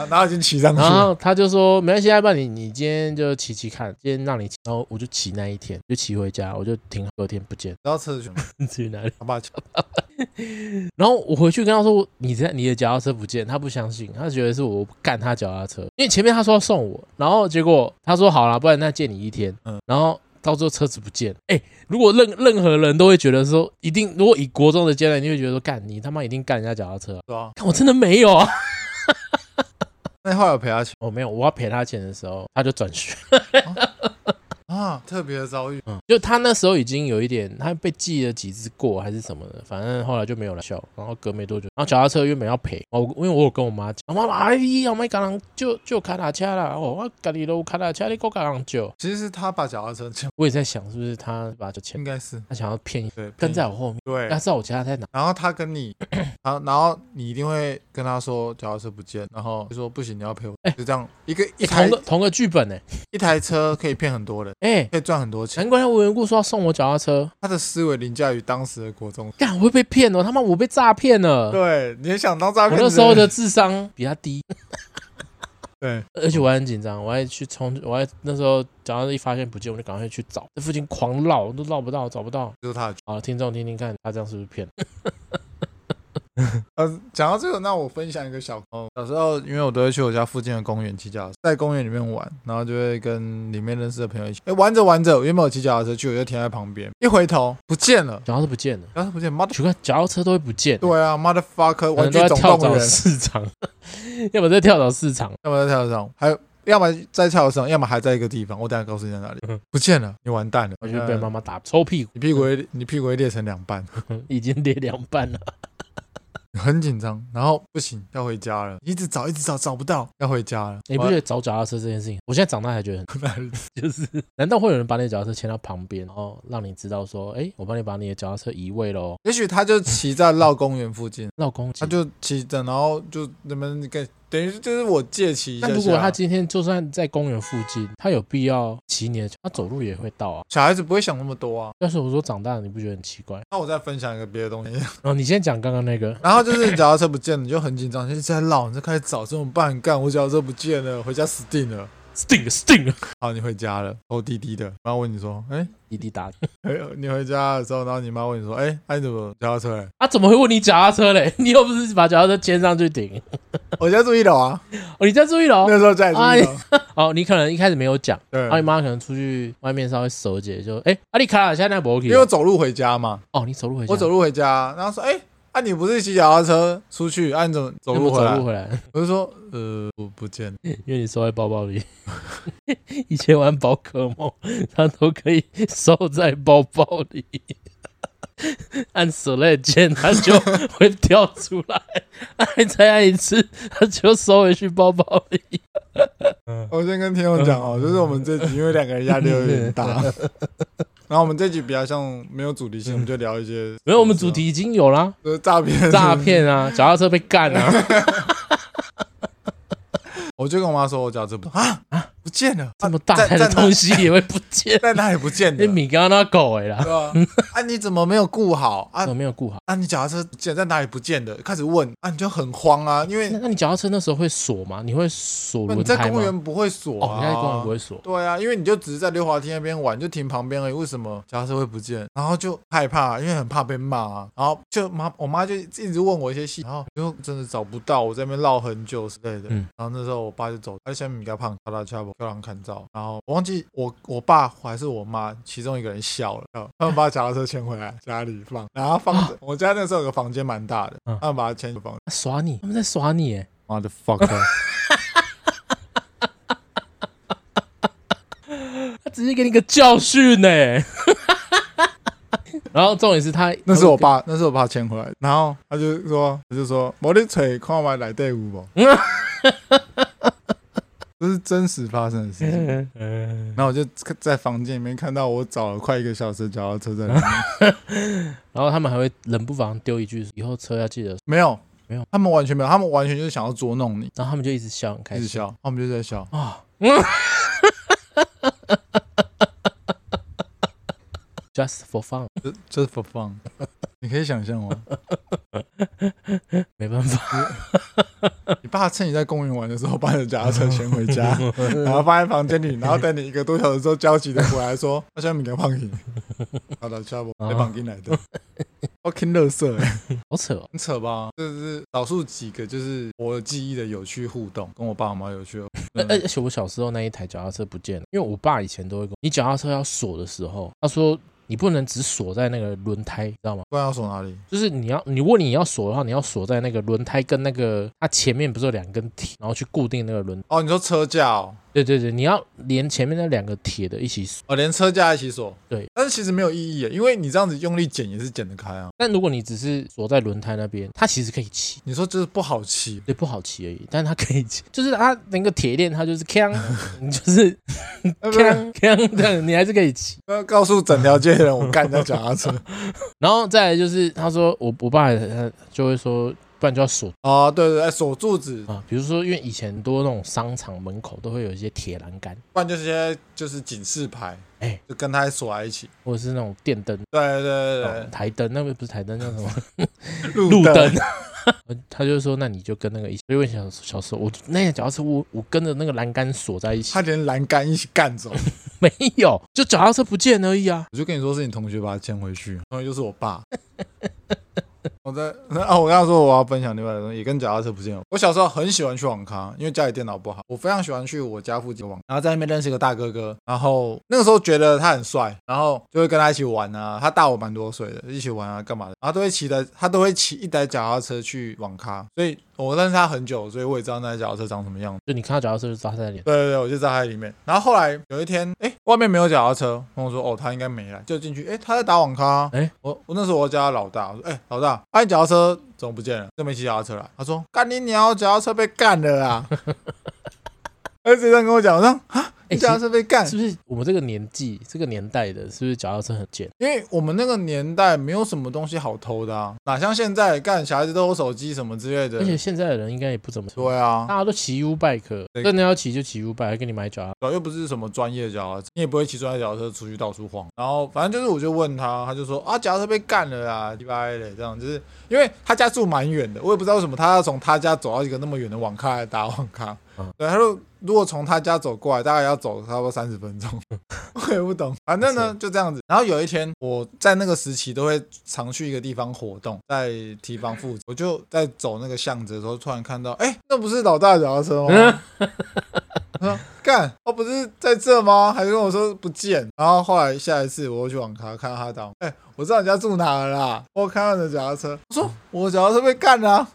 Speaker 2: 然后已经骑上去
Speaker 1: 然
Speaker 2: 了，
Speaker 1: 后他就说没关系，要不然你你今天就骑骑看，今天让你骑，然后我就骑那一天，就骑回家，我就停，隔天不见，
Speaker 2: 然后车子就
Speaker 1: 去哪里？
Speaker 2: 他爸就
Speaker 1: 然后我回去跟他说：“你在你的脚踏车不见。”他不相信，他觉得是我干他脚踏车，因为前面他说要送我，然后结果他说好啦，不然那借你一天。
Speaker 2: 嗯
Speaker 1: 嗯，然后到最后车子不见。哎，如果任任何人都会觉得说，一定如果以国中的阶段，你会觉得说，干你他妈一定干人家脚踏车啊、
Speaker 2: 对啊。
Speaker 1: 看我真的没有啊， 哦
Speaker 2: 那后来有陪他去，
Speaker 1: 我、没有，我要赔他钱的时候，他就转学。
Speaker 2: 啊，特别的遭遇，
Speaker 1: 嗯，就他那时候已经有一点，他被记了几次过还是什么的，反正后来就没有来校。然后隔没多久，然后脚踏车原本要赔，哦，因为我有跟我妈讲，我妈妈哎呀，我们家人就就卡踏车啦，哦，我家里都卡踏车，你给我家人救。
Speaker 2: 其实是他把脚踏车抢，
Speaker 1: 我也在想，是不是他把这钱，
Speaker 2: 应该是
Speaker 1: 他想要骗一，
Speaker 2: 对
Speaker 1: 跟在
Speaker 2: 我
Speaker 1: 我后面，
Speaker 2: 对
Speaker 1: 嗯他，知道我家在哪，
Speaker 2: 然后他跟你， 然后然后你一定会跟他说脚踏车不见，然后就说不行，你要陪我，
Speaker 1: 哎
Speaker 2: 就这样一个一
Speaker 1: 同
Speaker 2: 台
Speaker 1: 个同个剧本呢、
Speaker 2: 一台车可以骗很多人，
Speaker 1: 哎、
Speaker 2: 可以赚很多钱。
Speaker 1: 难怪他无缘无故说要送我脚踏车，
Speaker 2: 他的思维凌驾于当时的国中，
Speaker 1: 干我会被骗哦，他妈我被诈骗了。
Speaker 2: 对，你也想当诈
Speaker 1: 我
Speaker 2: 骗？
Speaker 1: 那时候的，智商比他低，
Speaker 2: 对，
Speaker 1: 而且我还很紧张，我还去冲，我还那时候脚踏车一发现不见，我就赶快去找，这附近狂绕都绕不到，找不到。
Speaker 2: 就是他的
Speaker 1: 好，听众听听看，他这样是不是骗？
Speaker 2: 呃，讲到这个，那我分享一个小哦，小时候因为我都会去我家附近的公园骑脚踏车，在公园里面玩，然后就会跟里面认识的朋友一起，哎，玩着玩着，我原本有骑脚踏车去，我就停在旁边，一回头不见了，
Speaker 1: 脚踏车不见了，
Speaker 2: 脚踏车不见 ，mother，
Speaker 1: 奇怪，脚踏车都会不见，
Speaker 2: 对啊，motherfucker，
Speaker 1: 可
Speaker 2: 玩
Speaker 1: 能
Speaker 2: 具
Speaker 1: 都在
Speaker 2: 总
Speaker 1: 跳
Speaker 2: 动
Speaker 1: 蚤
Speaker 2: 人，
Speaker 1: 市场， 要么在跳蚤市场，
Speaker 2: 要么在跳蚤上，还有。要么在跳蚤上，要么还在一个地方。我等一下告诉你在哪里
Speaker 1: 嗯，
Speaker 2: 不见了，你完蛋了。
Speaker 1: 我就被
Speaker 2: 呃
Speaker 1: 妈妈打抽屁股，
Speaker 2: 你屁股会你屁股会裂成两半，
Speaker 1: 已经裂两半了。
Speaker 2: 很紧张。然后不行，要回家了，一直找一直找找不到，要回家了。
Speaker 1: 你不觉得找脚踏车这件事情，我现在长大才觉得很
Speaker 2: 我要
Speaker 1: 就是，难道会有人把你的脚踏车牵到旁边，然后让你知道说，哎、我帮你把你的脚踏车移位喽？
Speaker 2: 也许他就骑在绕公园附近，
Speaker 1: 老公，
Speaker 2: 他就骑着，然后就那么跟等于就是我借骑一下
Speaker 1: 那
Speaker 2: 下。
Speaker 1: 如果他今天就算在公园附近，他有必要骑你的脚，他走路也会到啊。
Speaker 2: 小孩子不会想那么多啊。
Speaker 1: 要是我说长大了，你不觉得很奇怪？
Speaker 2: 那我再分享一个别的东西，
Speaker 1: 哦，你先讲刚刚那个，
Speaker 2: 然后就是脚踏车不见了，你就很紧张，你就一直在绕，你就开始找怎么办？干，我脚踏车不见了，回家死定了。
Speaker 1: sting sting，
Speaker 2: 好，你回家了，头滴滴的。妈问你说，哎、
Speaker 1: 滴滴答
Speaker 2: 哎、你回家的时候，然后你妈问你说，哎、哎、你怎么脚踏车、欸？
Speaker 1: 啊，怎么会问你脚踏车嘞？ 你又不是把脚踏车牵上去顶。
Speaker 2: 我家住一楼啊，
Speaker 1: 哦，你在注意了哦。哎
Speaker 2: 那时嗯候家里住一楼。
Speaker 1: 哦，你可能一开始没有讲，啊
Speaker 2: 对
Speaker 1: 然后，你妈可能出去外面稍微熟姐就，哎、阿、啊、你卡拉现在不 OK？
Speaker 2: 因为我走路回家嘛，
Speaker 1: 哦，你走路回家，
Speaker 2: 我走路回家，然后说，哎、啊，你不是骑脚踏车出去，啊，你怎么走
Speaker 1: 那
Speaker 2: 路
Speaker 1: 么
Speaker 2: 回来
Speaker 1: 走路？回来。
Speaker 2: 我就说，呃，我不见了。
Speaker 1: 因为你收在包包里。 以前玩宝可梦，它都可以收在包包里，按 select 键它就会跳出来，按再按一次，它就收回去包包里。
Speaker 2: 我先跟听众讲
Speaker 1: 嗯
Speaker 2: 哦，就是我们这集因为两个人压力有点大， 然后我们这集比较像没有主题性，我们就聊一些
Speaker 1: 没有，我们主题已经有啦，
Speaker 2: 就是诈骗
Speaker 1: 诈。骗啊，脚踏车被干 啊，
Speaker 2: 我就跟我妈说，我脚这不啊啊不见了，
Speaker 1: 这么哎大台的东西也会不见
Speaker 2: 。在哪里不见的
Speaker 1: 那？米刚那狗哎啦
Speaker 2: 对，吧？ 啊，你怎么没有顾好啊
Speaker 1: 我？没有顾好。
Speaker 2: 啊，你脚踏车不见在哪里不见的？开始问啊，你就很慌啊，因为
Speaker 1: 那那你脚踏车那时候会锁吗？你会锁
Speaker 2: 哦你
Speaker 1: 轮
Speaker 2: 在
Speaker 1: 胎
Speaker 2: 公
Speaker 1: 吗？
Speaker 2: 园不会锁
Speaker 1: 哦，
Speaker 2: 啊，
Speaker 1: 你在公园不会锁。
Speaker 2: 对啊，因为你就只是在溜滑梯那边玩，就停旁边而已，为什么脚踏车会不见？然后就害怕，因为很怕被骂啊。然后就妈，我妈就一直问我一些细节，然后就真的找不到，我在那边绕很久之类的。
Speaker 1: 嗯
Speaker 2: 然后那时候我爸就走，而且比较胖，他拉恰不，漂亮看照。然后我忘记我我爸还是我妈，其中一个人笑了，他们把脚踏车牵回来家里放，然后放、我家那时候有个房间蛮大的，
Speaker 1: 嗯
Speaker 2: 他们把它牵去房。
Speaker 1: 耍你，他们在耍你哎。
Speaker 2: motherfucker，
Speaker 1: 他直接给你个教训呢、 然后重点是他，
Speaker 2: 那是我爸，那是我爸牵回来的，然后他就说，他就说，我的腿看我来队伍不？ 这是真实发生的事情。
Speaker 1: 嗯。
Speaker 2: 然后我就在房间里面看到我找了快一个小时脚踏车在
Speaker 1: 嗯
Speaker 2: 里面，
Speaker 1: 然后他们还会冷不防丢一句：“以后车要记得。
Speaker 2: 没有，
Speaker 1: 没有，
Speaker 2: 他们完全没有，他们完全就是想要捉弄你，”
Speaker 1: 然后他们就一直笑，很开
Speaker 2: 一直
Speaker 1: 心
Speaker 2: 笑，他们就在笑。
Speaker 1: 啊。Just for fun，
Speaker 2: 这这 for fun，你可以想象吗？
Speaker 1: 没办 法，
Speaker 2: 你爸趁你在公园玩的时候，把你的脚踏车牵回家， 然后放在房间里，然后等你一个多小时之后焦急的回来说：“阿香米给胖你，好的，下我被绑进来的，我听乐色，欸很
Speaker 1: 好扯哦。
Speaker 2: 扯吧？这是少数几个就是我记忆的有趣互动，跟我爸我妈有趣的
Speaker 1: 而
Speaker 2: 互动。
Speaker 1: 而且我小时候那一台脚踏车不见了，因为我爸以前都会跟我你脚踏车要锁的时候，他说。你不能只锁在那个轮胎，你知道吗？
Speaker 2: 不然要锁哪里？
Speaker 1: 就是你要，你如果你要锁的话，你要锁在那个轮胎跟那个它前面不是有两根铁，然后去固定那个轮。
Speaker 2: 哦，你说车架哦，
Speaker 1: 对对对，你要连前面那两个铁的一起锁。
Speaker 2: 哦，连车架一起锁。
Speaker 1: 对，
Speaker 2: 但是其实没有意义耶，欸因为你这样子用力剪也是剪得开啊。
Speaker 1: 但如果你只是锁在轮胎那边，它其实可以骑，
Speaker 2: 你说就是不好骑，
Speaker 1: 对，不好骑而已。但它可以骑，就是它那个铁链，它就是锵， 你就是
Speaker 2: 呃不是
Speaker 1: 锵锵这样，你还是可以骑。
Speaker 2: 要告诉整条街的人我干人家脚踏车。
Speaker 1: 然后再来就是，他说我我爸他就会说，不然就要锁
Speaker 2: 哦，对对对，锁柱子，
Speaker 1: 啊，比如说因为以前很多那种商场门口都会有一些铁栏杆，
Speaker 2: 不然就是些就是警示牌，
Speaker 1: 哎
Speaker 2: 就跟它锁在一起。
Speaker 1: 或者是那种电灯、
Speaker 2: 对对
Speaker 1: 哦
Speaker 2: 对
Speaker 1: 台灯，那个不是台灯，叫什么
Speaker 2: 对，
Speaker 1: 哦路
Speaker 2: 灯
Speaker 1: 灯。 他就说，那你就跟那个一起。所以我小小时候，我那个脚踏车我我跟着那个栏杆锁在一起
Speaker 2: 他，连栏杆一起干走。
Speaker 1: 没有，就脚踏车不见而已啊。
Speaker 2: 我就跟你说是你同学把他牵回去，同学就是我爸。我在啊，我跟他说我要分享另外的东西，也跟脚踏车不见了。我小时候很喜欢去网咖，因为家里电脑不好，我非常喜欢去我家附近的网咖，然后在那边认识一个大哥哥，然后那个时候觉得他很帅，然后就会跟他一起玩啊，他大我蛮多岁的，一起玩啊干嘛的，然后都会骑的，他都会骑一台脚踏车去网咖，所以我认识他很久，所以我也知道那台脚踏车长什么样子。
Speaker 1: 就你看到脚踏车就扎在脸，
Speaker 2: 对对对，我就在他里面。然后后来有一天，哎，外面没有脚踏车，跟我说哦，他应该没来，就进去，哎，他在打网咖啊。
Speaker 1: 哎
Speaker 2: 我我那时候我叫他老大，我说哎，老大，啊，你脚踏车怎么不见了？就没骑脚踏车来。他说干你娘，我脚踏车被干了啦。他就直接这样跟我讲，我说啊，你脚踏车被干，
Speaker 1: 是不是我们这个年纪、这个年代的，是不是脚踏车很贱？
Speaker 2: 因为我们那个年代没有什么东西好偷的啊，哪像现在干小孩子都有手机什么之类的
Speaker 1: 而。且现在的人应该也不怎么，
Speaker 2: 对啊，
Speaker 1: 大家都骑 U bike，
Speaker 2: 对
Speaker 1: 真的要骑就骑 U bike，还给你买脚 踏。
Speaker 2: 对啊，又不是什么专业脚踏车，你也不会骑专业脚踏车出去到处晃。然后反正就是，我就问他，他就说啊，脚踏车被干了啦，鸡巴嘞，这样就是因为他家住蛮远的，我也不知道为什么他要从他家走到一个那么远的网咖来打网咖。
Speaker 1: 嗯
Speaker 2: 对，他说如果从他家走过来，大概要走差不多三十分钟，我也不懂。反正呢
Speaker 1: 没
Speaker 2: 就这样子。然后有一天我在那个时期都会常去一个地方活动，在提防附近，我就在走那个巷子的时候，突然看到，哎，那不是老大的脚踏车吗？嗯，干，他不是在这吗？还跟我说不见。然后后来下一次我又去网咖看到他打网，哎、我知道你家住哪了啦，我看到你的脚踏车，我说我脚踏车被干了啊、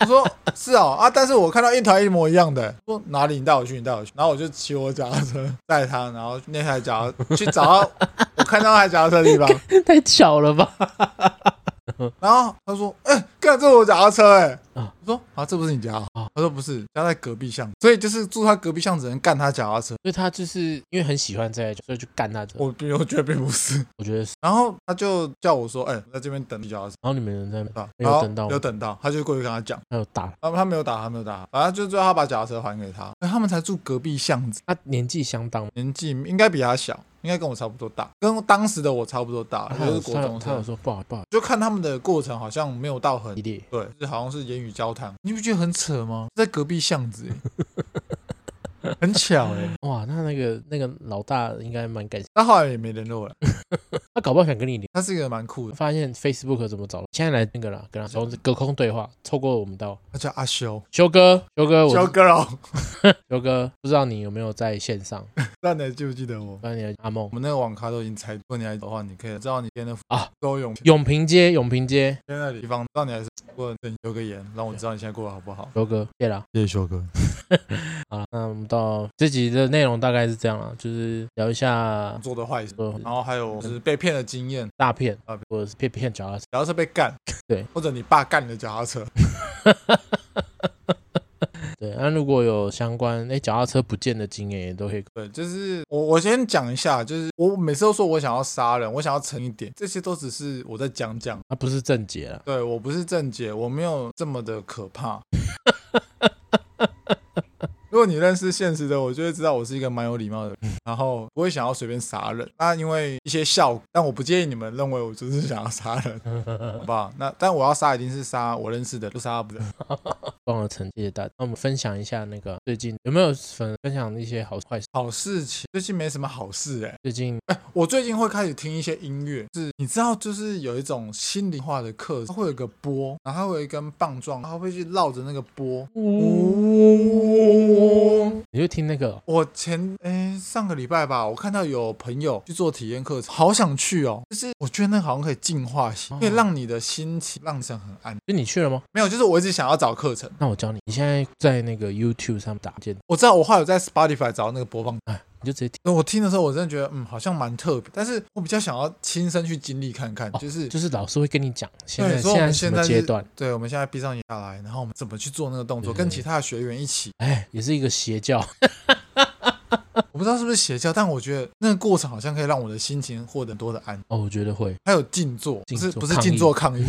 Speaker 2: 我说是哦啊，但是我看到一台一模一样的，说哪里你带我去，你带我去，然后我就骑我脚踏车载他，然后那台脚踏去找到我看到那台脚踏车的地方，
Speaker 1: 太巧了吧？
Speaker 2: 然后他说：“哎、干，这是我脚踏车哎、
Speaker 1: 啊
Speaker 2: 我说：“啊，这不是你家、哦？”
Speaker 1: 啊
Speaker 2: 他说：“不是，家在隔壁巷，所以就是住他隔壁巷子的人干他脚踏车。
Speaker 1: 所以他就是因为很喜欢这样，所以就干他的。我
Speaker 2: 我并我觉得并不是。
Speaker 1: 我觉得是，
Speaker 2: 然后他就叫我说：“哎、我在这边等你脚踏车。
Speaker 1: 然后你们人在那边”有
Speaker 2: 然后
Speaker 1: 等到吗
Speaker 2: 有等到，他就过去跟他讲，
Speaker 1: 还有打，
Speaker 2: 他他没有打，他没有打，反正就最后他把脚踏车还给他。哎他们才住隔壁巷子，
Speaker 1: 他年纪相当吗，
Speaker 2: 年纪应该比他小，应该跟我差不多大，跟当时的我差不多大，
Speaker 1: 啊他
Speaker 2: 也啊就是
Speaker 1: 有
Speaker 2: 国
Speaker 1: 他有
Speaker 2: 中
Speaker 1: 他有
Speaker 2: 生。
Speaker 1: 说不好不好
Speaker 2: 就看他们的过程好像没有到很
Speaker 1: 激烈，
Speaker 2: 对，就是好像是言语交谈，你不觉得很扯吗？在隔壁巷子、 欸，很巧哎、欸。
Speaker 1: 哇，那那个那个老大应该蛮感谢，
Speaker 2: 他后来也没联络了，
Speaker 1: 他搞不好想跟你聊。
Speaker 2: 他是一个蛮酷的，
Speaker 1: 发现 Facebook 怎么找？现在来那个啦，跟他从隔空对话，透过我们到
Speaker 2: 他叫阿修，
Speaker 1: 修哥，修哥，我
Speaker 2: 修
Speaker 1: 是
Speaker 2: 哥哦，
Speaker 1: 修哥，不知道你有没有在线上？
Speaker 2: 那你还记不记得我？
Speaker 1: 不然你的阿梦
Speaker 2: 我，们那个网咖都已经拆，如果你还记得的话，你可以知道你今天的
Speaker 1: 啊，
Speaker 2: 周永今
Speaker 1: 永平街，永平街，
Speaker 2: 天那地方，让你还是过你留个言，让我知道你现在过得好不好。
Speaker 1: 修哥，谢啦。
Speaker 2: 谢谢修哥，
Speaker 1: 好了，那我们到这集的内容大概是这样了，就是聊一下
Speaker 2: 做的坏事，
Speaker 1: 呃
Speaker 2: 然后还有就是被骗的经验，
Speaker 1: 大片
Speaker 2: 大片，
Speaker 1: 或者是骗骗脚踏车。
Speaker 2: 脚踏车被干，
Speaker 1: 对，
Speaker 2: 或者你爸干你的脚踏车，
Speaker 1: 对，那、如果有相关哎脚踏车不见的经验，也都可以。
Speaker 2: 对，就是我我先讲一下，就是我每次都说我想要杀人，我想要沉一点，这些都只是我在讲讲。
Speaker 1: 啊，不是正解啦，
Speaker 2: 对我不是正解，我没有这么的可怕。 如果你认识现实的，我就会知道我是一个蛮有礼貌的人，然后不会想要随便杀人。那因为一些效果，但我不介意你们认为我就是想要杀人，好不好？那但我要杀一定是杀我认识的，不杀不是。
Speaker 1: 忘了澄清大家。那我们分享一下那个最近有没有分分享一些好坏事？
Speaker 2: 好事情最近没什么好事哎、
Speaker 1: 最近
Speaker 2: 我最近会开始听一些音乐，是你知道，就是有一种心灵化的课，它会有一个波，然后它会有一根棒状，它会去绕着那个波。
Speaker 1: 呜
Speaker 2: 哦。
Speaker 1: 你会听那个哦
Speaker 2: 我前诶上个礼拜吧，我看到有朋友去做体验课程，好想去哦。就是我觉得那好像可以净化心，
Speaker 1: 哦
Speaker 2: 可以让你的心情让神很安。
Speaker 1: 就你去了吗？
Speaker 2: 没有，就是我一直想要找课程，
Speaker 1: 那我教你，你现在在那个 YouTube 上打键，
Speaker 2: 我知道我后来有在 Spotify 找到那个播放。
Speaker 1: 哎，你就直接听，
Speaker 2: 那我听的时候，我真的觉得，嗯，好像蛮特别，但是我比较想要亲身去经历看看，
Speaker 1: 哦
Speaker 2: 就是
Speaker 1: 就是老师会跟你讲现在
Speaker 2: 所以我
Speaker 1: 在
Speaker 2: 们
Speaker 1: 什
Speaker 2: 现在
Speaker 1: 么
Speaker 2: 是
Speaker 1: 阶段，
Speaker 2: 对，我们现在闭上眼下来，然后我们怎么去做那个动作，
Speaker 1: 对
Speaker 2: 跟其他的学员一起。
Speaker 1: 哎，也是一个邪教，
Speaker 2: 我不知道是不是邪教，但我觉得那个过程好像可以让我的心情获得很多的安，
Speaker 1: 哦，我觉得会，
Speaker 2: 还有静坐，不
Speaker 1: 静
Speaker 2: 是
Speaker 1: 坐
Speaker 2: 不是
Speaker 1: 抗议
Speaker 2: 静坐抗议，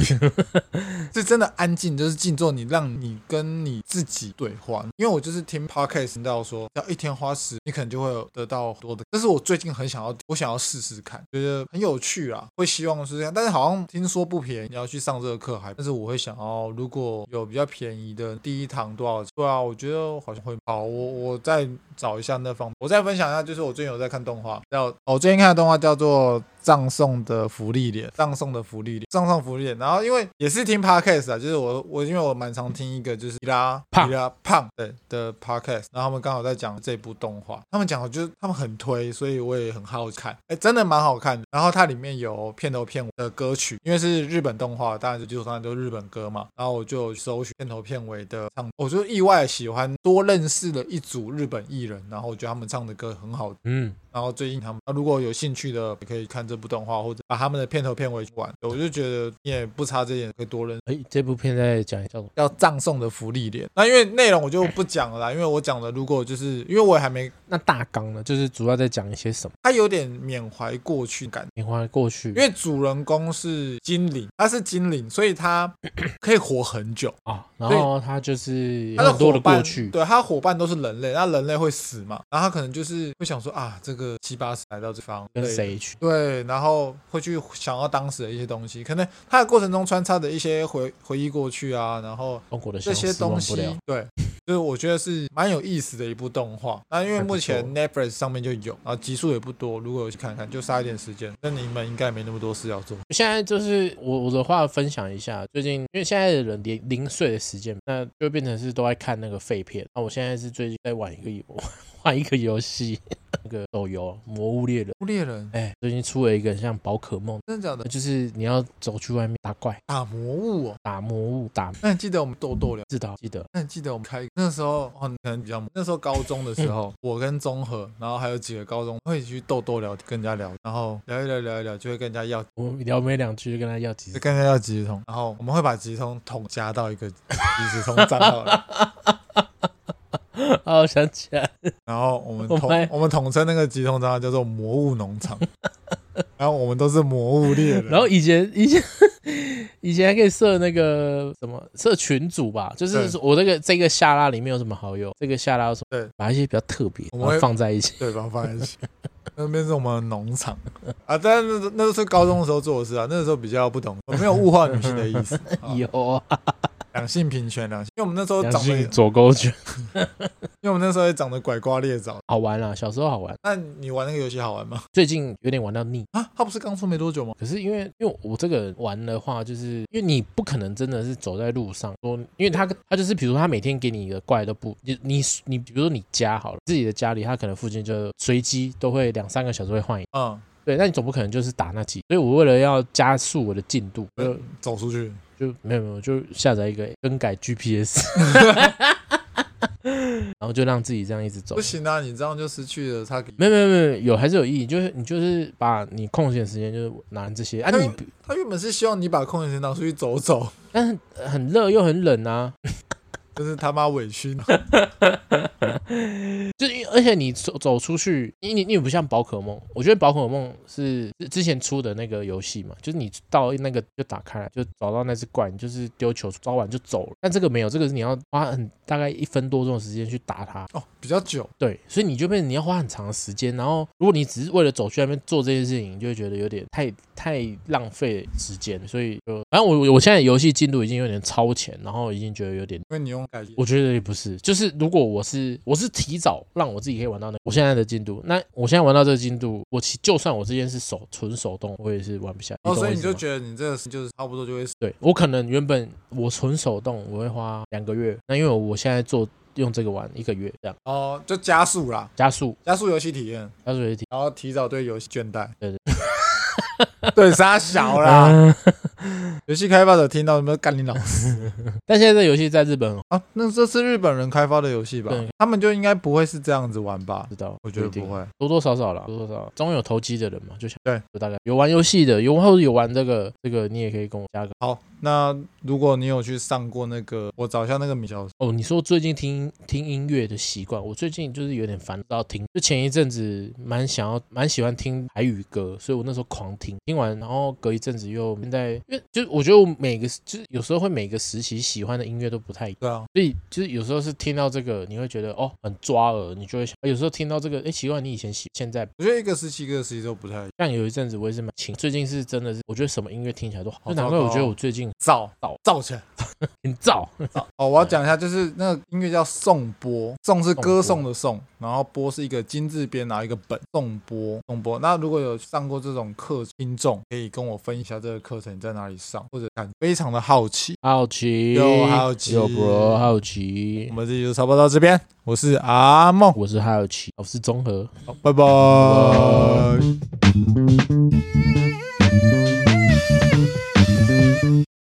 Speaker 2: 是真的安静，就是静坐，你让你跟你自己对话。因为我就是听 podcast 听到说，只要一天花十，你可能就会有得到很多的。这是我最近很想要，我想要试试看，觉得很有趣啊，会希望是这样。但是好像听说不便宜，你要去上这个课还，但是我会想要，如果有比较便宜的，第一堂多少钱？对啊，我觉得好像会好。我我再找一下那方面，我再分享一下，就是我最近有在看动画，叫哦我最近看的动画叫做葬送的福利脸，葬送的福利脸，葬送福利脸。然后因为也是听 podcast 啊，就是我我因为我蛮常听一个就是伊拉
Speaker 1: 胖
Speaker 2: 伊拉胖对的 podcast，然后他们刚好在讲这部动画，他们讲的就是他们很推，所以我也很好奇看，哎，真的蛮好看的。然后它里面有片头片尾的歌曲，因为是日本动画，当然就基本上都是日本歌嘛。然后我就搜寻片头片尾的唱，我就意外喜欢多认识了一组日本艺人，然后我觉得他们唱的歌很好
Speaker 1: 嗯，
Speaker 2: 然后最近他们、啊如果有兴趣的，也可以看这部动画，或者把他们的片头片尾去玩。我就觉得你也不差这点，可以多认识。
Speaker 1: 哎，这部片在讲叫什么？
Speaker 2: 要葬送的福利脸，那因为内容我就不讲了啦，因为我讲的如果就是因为我也还没，
Speaker 1: 那大纲呢，就是主要在讲一些什么？
Speaker 2: 他有点缅怀过去感，
Speaker 1: 你花过去，
Speaker 2: 因为主人公是精灵，他是精灵，所以 他可以活很久。
Speaker 1: 啊，然后他就是有
Speaker 2: 他的
Speaker 1: 很多
Speaker 2: 伙
Speaker 1: 的过
Speaker 2: 伴
Speaker 1: 去，
Speaker 2: 对他的伙伴都是人类，那人类会死嘛，然后他可能就是会想说啊，这个七八十来到这方
Speaker 1: 跟
Speaker 2: 对
Speaker 1: 谁去？
Speaker 2: 对，然后会去想要当时的一些东西，可能他的过程中穿插着一些回回忆过去啊，然后
Speaker 1: 中国的
Speaker 2: 这
Speaker 1: 相
Speaker 2: 些
Speaker 1: 思忘
Speaker 2: 东
Speaker 1: 不
Speaker 2: 西
Speaker 1: 了，，
Speaker 2: 对，就是我觉得是蛮有意思的一部动画。那因为目前 Netflix 上面就有，然后集数也不多，如果有去看看，就杀一点时间。那你们应该没那么多事要做，
Speaker 1: 现在就是我我的话分享一下，最近因为现在的人零零碎的时间，那就变成是都在看那个废片。那我现在是最近在玩一个游 玩一个游戏， 那个手游《魔物猎人》。
Speaker 2: 猎人
Speaker 1: 哎，最近出了一个很像宝可梦，
Speaker 2: 真的假的？
Speaker 1: 就是你要走去外面打怪、
Speaker 2: 打魔物哦，
Speaker 1: 打魔物、打
Speaker 2: 那你记得我们豆豆聊？
Speaker 1: 知道记得
Speaker 2: 那你记得我们开那时候哦，你可能比较忙那时候高中的时候，我跟综合，然后还有几个高中会去豆豆聊，跟人家聊，然后聊一聊聊一聊，就会跟人家要，
Speaker 1: 我聊没两句就跟他要几
Speaker 2: 就跟人家要即时通，然后我们会把即时通统加到一个即时通账号里，
Speaker 1: 啊，我想起来，
Speaker 2: 然后我们
Speaker 1: 我
Speaker 2: 统
Speaker 1: 们
Speaker 2: 我们统称那个即时通账号叫做魔物农场， 然后我们都是魔物猎人，
Speaker 1: 然后以前以前以前还可以设那个什么设群组吧，就是
Speaker 2: 对
Speaker 1: 我这个这个下拉里面有什么好友，这个下拉有什么，
Speaker 2: 对，
Speaker 1: 把一些比较特别然
Speaker 2: 我们
Speaker 1: 后
Speaker 2: 会
Speaker 1: 放在一起。
Speaker 2: 对，把它放在一起。 那边是我们的农场啊，但是那那是高中的时候做的事啊，那个时候比较不懂，我没有物化女性的意 思，好
Speaker 1: 有啊，
Speaker 2: 两性平权，两性，因为我们那时候
Speaker 1: 良
Speaker 2: 长得
Speaker 1: 性左勾拳，
Speaker 2: 因为我们那时候也长得拐瓜裂枣。
Speaker 1: 好玩啦，啊小时候好玩，
Speaker 2: 那你玩那个游戏好玩吗？
Speaker 1: 最近有点玩到腻。
Speaker 2: 啊，它不是刚出没多久吗？
Speaker 1: 可是因为因为我这个人玩的话，就是因为你不可能真的是走在路上说，因为他他就是比如说他每天给你的怪都不，你你你比如说你家好了，自己的家里他可能附近就随机都会两三个小时会换一个，
Speaker 2: 嗯，
Speaker 1: 对，那你总不可能就是打那几，所以我为了要加速我的进度，就
Speaker 2: 走出去。
Speaker 1: 就没有没有，就下载一个更改 GPS，然后就让自己这样一直走
Speaker 2: 不。行啊，你这样就失去了它。
Speaker 1: 没有没有没有，有还是有意义，就是你就是把你空闲时间就是拿这些啊
Speaker 2: 哎
Speaker 1: 你，
Speaker 2: 它原本是希望你把空闲时间拿出去走走，
Speaker 1: 但是很热又很冷啊，
Speaker 2: 就是他妈委屈。
Speaker 1: 就是因为而且你走走出去，你你你不像宝可梦，我觉得宝可梦是是之前出的那个游戏嘛，就是你到那个就打开来，就找到那只怪，你就是丢球抓完就走了。但这个没有，这个是你要花很大概一分多钟的时间去打它，
Speaker 2: 哦，比较久，
Speaker 1: 对，所以你就变成你要花很长的时间。然后如果你只是为了走去那边做这件事情，你就会觉得有点太太浪费时间。所以就反正我我现在游戏进度已经有点超前，然后已经觉得有点
Speaker 2: 因为你用改。哦
Speaker 1: 我觉得也不是，就是如果我是我是提早让我自己可以玩到那个我现在的进度，那我现在玩到这个进度，我其就算我之前是手纯手动，我也是玩不下。
Speaker 2: 哦，
Speaker 1: 懂
Speaker 2: 所
Speaker 1: 我
Speaker 2: 以
Speaker 1: 意
Speaker 2: 你
Speaker 1: 思
Speaker 2: 就
Speaker 1: 吗
Speaker 2: 觉得你这个事就是差不多就会死。
Speaker 1: 对我可能原本我纯手动我会花两个月，那因为我现在做用这个玩一个月这样，
Speaker 2: 哦，就加速啦，
Speaker 1: 加速
Speaker 2: 加速游戏体验，
Speaker 1: 加速也挺
Speaker 2: 然后提早对游戏倦怠。
Speaker 1: 对对
Speaker 2: 对，傻小啦！
Speaker 1: 啊。
Speaker 2: 游戏开发者听到有没有干你老师
Speaker 1: 但现在这游戏在日本很
Speaker 2: 啊？那这是日本人开发的游戏吧
Speaker 1: 对？
Speaker 2: 他们就应该不会是这样子玩吧？
Speaker 1: 知道，
Speaker 2: 我觉得
Speaker 1: 一定
Speaker 2: 不会。
Speaker 1: 多多少少啦，多多少少总有投机的人嘛，就像
Speaker 2: 对，
Speaker 1: 就大概有玩游戏的，有或者有玩这个这个，你也可以跟我加个
Speaker 2: 好，那如果你有去上过那个，我找一下那个米小
Speaker 1: 哦。你说最近听听音乐的习惯，我最近就是有点烦到听，就前一阵子蛮想要蛮喜欢听台语歌，所以我那时候狂听，听完然后隔一阵子又现在，因为就是我觉得我每个就是有时候会每个时期喜欢的音乐都不太一样。
Speaker 2: 对啊，
Speaker 1: 所以就是有时候是听到这个，你会觉得哦很抓耳，你就会想；有时候听到这个，哎，奇怪，你以前喜现在
Speaker 2: 我觉得一个时期一个时期都不太一样
Speaker 1: 像有一阵子我也是蛮轻，最近是真的是，我觉得什么音乐听起来都好，
Speaker 2: 好
Speaker 1: 就难怪
Speaker 2: 糟糕哦
Speaker 1: 我觉得我最近
Speaker 2: 造
Speaker 1: 造
Speaker 2: 造起来。
Speaker 1: 很燥，
Speaker 2: 哦，我要讲一下，就是那个音乐叫颂钵，颂是歌
Speaker 1: 颂
Speaker 2: 颂的颂，然后钵是一个金字边，然后一个本，颂钵，颂钵。那如果有上过这种课，听众可以跟我分享一下这个课程你在哪里上，或者感非常的好奇。
Speaker 1: 好奇，
Speaker 2: 有好奇
Speaker 1: 有 bro 好
Speaker 2: 我
Speaker 1: 奇，
Speaker 2: 们这集就差不多到这边，我是阿梦，
Speaker 1: 哦我是好奇，我是综合。
Speaker 2: 好拜拜。